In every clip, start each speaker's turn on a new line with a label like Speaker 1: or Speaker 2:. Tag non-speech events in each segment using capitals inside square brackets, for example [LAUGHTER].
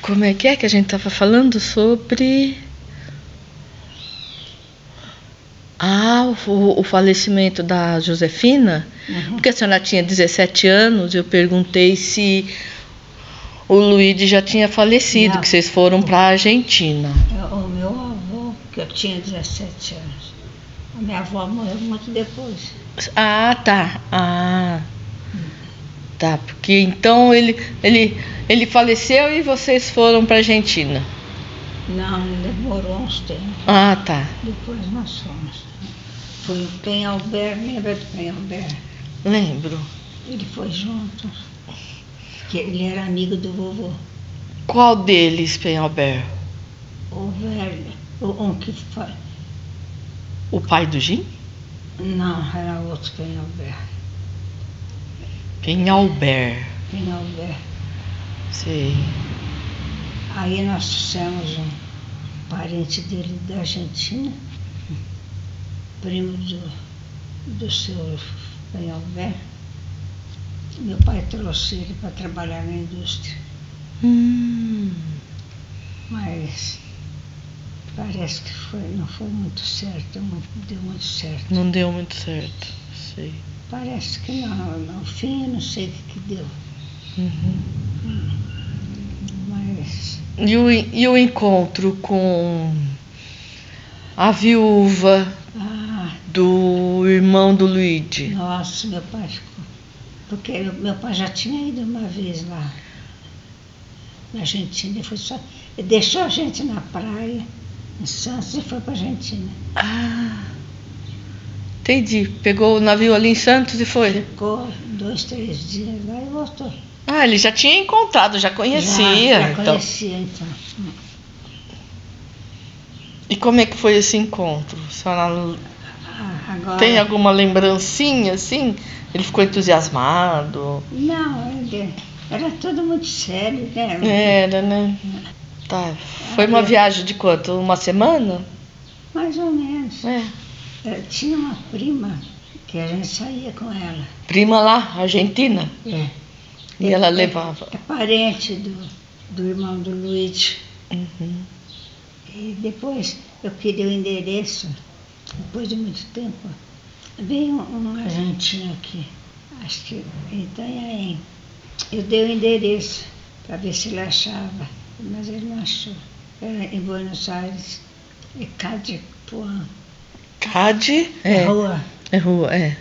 Speaker 1: Como é que é que a gente estava falando sobre. Ah, o, o falecimento da Josefina?
Speaker 2: Uhum.
Speaker 1: Porque a senhora tinha 17 anos, eu perguntei se o Luigi já tinha falecido,
Speaker 2: Não.
Speaker 1: que vocês foram para a Argentina.
Speaker 2: Eu- o meu avô, que eu tinha 17 anos. A minha avó morreu muito depois.
Speaker 1: Ah, tá. Ah. Tá, porque então ele, ele, ele faleceu e vocês foram para a Argentina.
Speaker 2: Não, demorou uns tempos.
Speaker 1: Ah, tá.
Speaker 2: Depois nós fomos. Foi o Penhalber, lembra do Penhalber?
Speaker 1: Lembro.
Speaker 2: Ele foi junto. Que ele era amigo do vovô.
Speaker 1: Qual deles, Penhalber?
Speaker 2: O velho, o, um que foi.
Speaker 1: O pai do Jim?
Speaker 2: Não, era outro Penhalber.
Speaker 1: Penhalber.
Speaker 2: Penhalber.
Speaker 1: Sei.
Speaker 2: Aí nós trouxemos um parente dele da Argentina, primo do, do seu Penhalver. Meu pai trouxe ele para trabalhar na indústria,
Speaker 1: Hum.
Speaker 2: mas parece que foi, não foi muito certo, muito- deu muito certo.
Speaker 1: Não deu muito certo. Sei.
Speaker 2: Parece que não, no fim eu não sei o que, que deu,
Speaker 1: Uhum.
Speaker 2: mas
Speaker 1: E, o, e o encontro com a viúva
Speaker 2: ah,
Speaker 1: do irmão do Luigi?
Speaker 2: Nossa, meu pai ficou. Porque eu- meu pai já tinha ido uma vez lá na Argentina. Ele, foi só, ele deixou a gente na praia, em Santos, e foi para Argentina.
Speaker 1: Ah. Entendi. Pegou o navio ali em Santos e foi.
Speaker 2: Ficou dois, três dias lá e voltou.
Speaker 1: Ah, ele já tinha encontrado, já conhecia.
Speaker 2: Já, já
Speaker 1: então.
Speaker 2: conhecia, então.
Speaker 1: E como é que foi esse encontro? A senhora
Speaker 2: Ah, agora,
Speaker 1: tem alguma lembrancinha assim? Ele ficou entusiasmado?
Speaker 2: Não, ele, era tudo muito sério, né?
Speaker 1: Era, né? Tá. Foi
Speaker 2: Ah,
Speaker 1: uma
Speaker 2: é.
Speaker 1: viagem de quanto? Uma semana?
Speaker 2: Mais ou menos.
Speaker 1: É.
Speaker 2: Eh, Tinha uma prima que a gente saía com ela.
Speaker 1: Prima lá, Argentina.
Speaker 2: É.
Speaker 1: E ela levava.
Speaker 2: É parente do, do irmão do Luiz.
Speaker 1: Uhum.
Speaker 2: E depois eu queria o endereço, depois de muito tempo, veio um, um argentino aqui, acho que em Itanhaém. Eu dei o endereço para ver se ele achava, mas ele não achou. Era em Buenos Aires, é Cadipuã,
Speaker 1: Cade. É.
Speaker 2: rua
Speaker 1: É rua, é.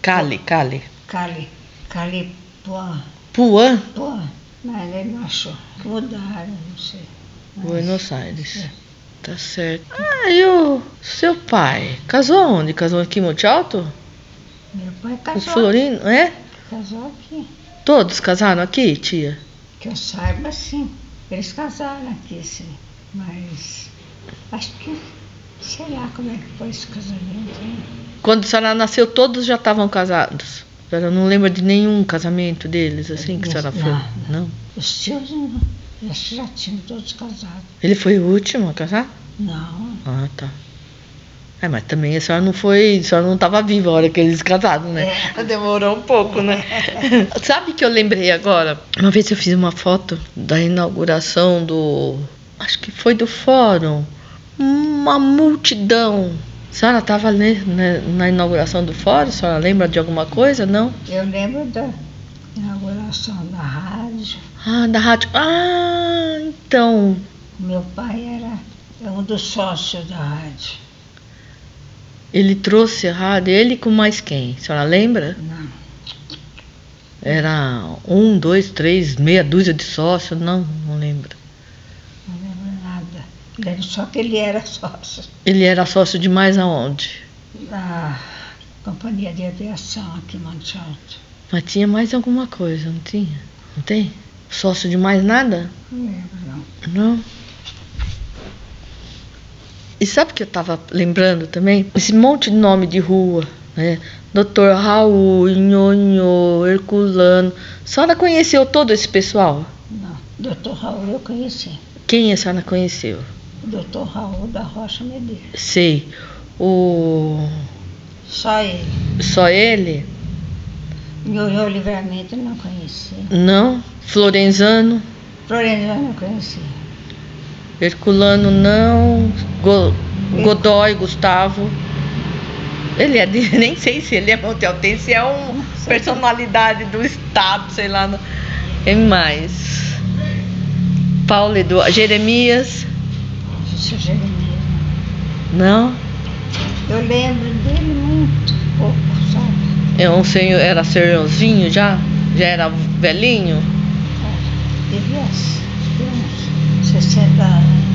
Speaker 1: Cali, Cali.
Speaker 2: Cali, Calipuã,
Speaker 1: Puan,
Speaker 2: Puã, mas ele não achou. Mudaram, não sei. Mas-
Speaker 1: Buenos Aires.
Speaker 2: É.
Speaker 1: Tá certo. Ah, e o seu pai? Casou onde? Casou aqui em Monte Alto?
Speaker 2: Meu pai
Speaker 1: O
Speaker 2: casou,
Speaker 1: Florino, é?
Speaker 2: casou aqui.
Speaker 1: Todos casaram aqui, tia?
Speaker 2: Que eu saiba, sim. Eles casaram aqui, sim. Mas acho que, sei lá como é que foi esse casamento. Né?
Speaker 1: Quando a senhora nasceu, todos já estavam casados. A senhora não lembra de nenhum casamento deles, assim, que a senhora foi?
Speaker 2: Não,
Speaker 1: Não.
Speaker 2: Os tios não. Eles já tinham todos casados.
Speaker 1: Ele foi o último a casar?
Speaker 2: Não,
Speaker 1: Ah, tá. É, mas também a senhora não foi. A senhora não estava viva a hora que eles casaram, né? Demorou um pouco, né? [LAUGHS] Sabe que eu lembrei agora? Uma vez eu fiz uma foto da inauguração do. Acho que foi do fórum. Uma multidão. A senhora estava na inauguração do fórum? A senhora lembra de alguma coisa? Não?
Speaker 2: eu lembro da inauguração da rádio.
Speaker 1: Ah, da rádio. Ah, então.
Speaker 2: Meu pai era um dos sócios da rádio.
Speaker 1: Ele trouxe a rádio. Ele com mais quem? A senhora lembra?
Speaker 2: Não,
Speaker 1: Era um, dois, três, meia dúzia de sócios, não, não lembro.
Speaker 2: não lembro nada. Lembro só que ele era [LAUGHS] sócio
Speaker 1: Ele era sócio de mais aonde?
Speaker 2: da companhia de aviação aqui em Monte Alto.
Speaker 1: Mas tinha mais alguma coisa, não tinha? Não tem? Sócio de mais nada?
Speaker 2: Não lembro, não.
Speaker 1: Não. E sabe o que eu tava lembrando também? Esse monte de nome de rua, né? Doutor Raul, Nhonho, Herculano. A senhora conheceu todo esse pessoal?
Speaker 2: Não, doutor Raul eu conheci.
Speaker 1: Quem a senhora conheceu?
Speaker 2: O doutor Raul da Rocha Medeiros.
Speaker 1: Sei. O.
Speaker 2: Só ele.
Speaker 1: Só ele?
Speaker 2: Nhonhô Livramento eu não conheci.
Speaker 1: Não, Florenzano,
Speaker 2: Florentina eu não conhecia.
Speaker 1: Herculano não. Go- Godoy, Gustavo. Ele é de, [LAUGHS] nem sei se ele é montealtense, é um personalidade do estado, sei lá. no- Quem mais? Paulo Eduardo. Jeremias?
Speaker 2: Isso eu já lembro.
Speaker 1: Não?
Speaker 2: Eu lembro dele muito pouco, sabe?
Speaker 1: É um senhor, era senhorzinho já? Já era velhinho?
Speaker 2: é assim, um Devia ser ter uns 60 anos.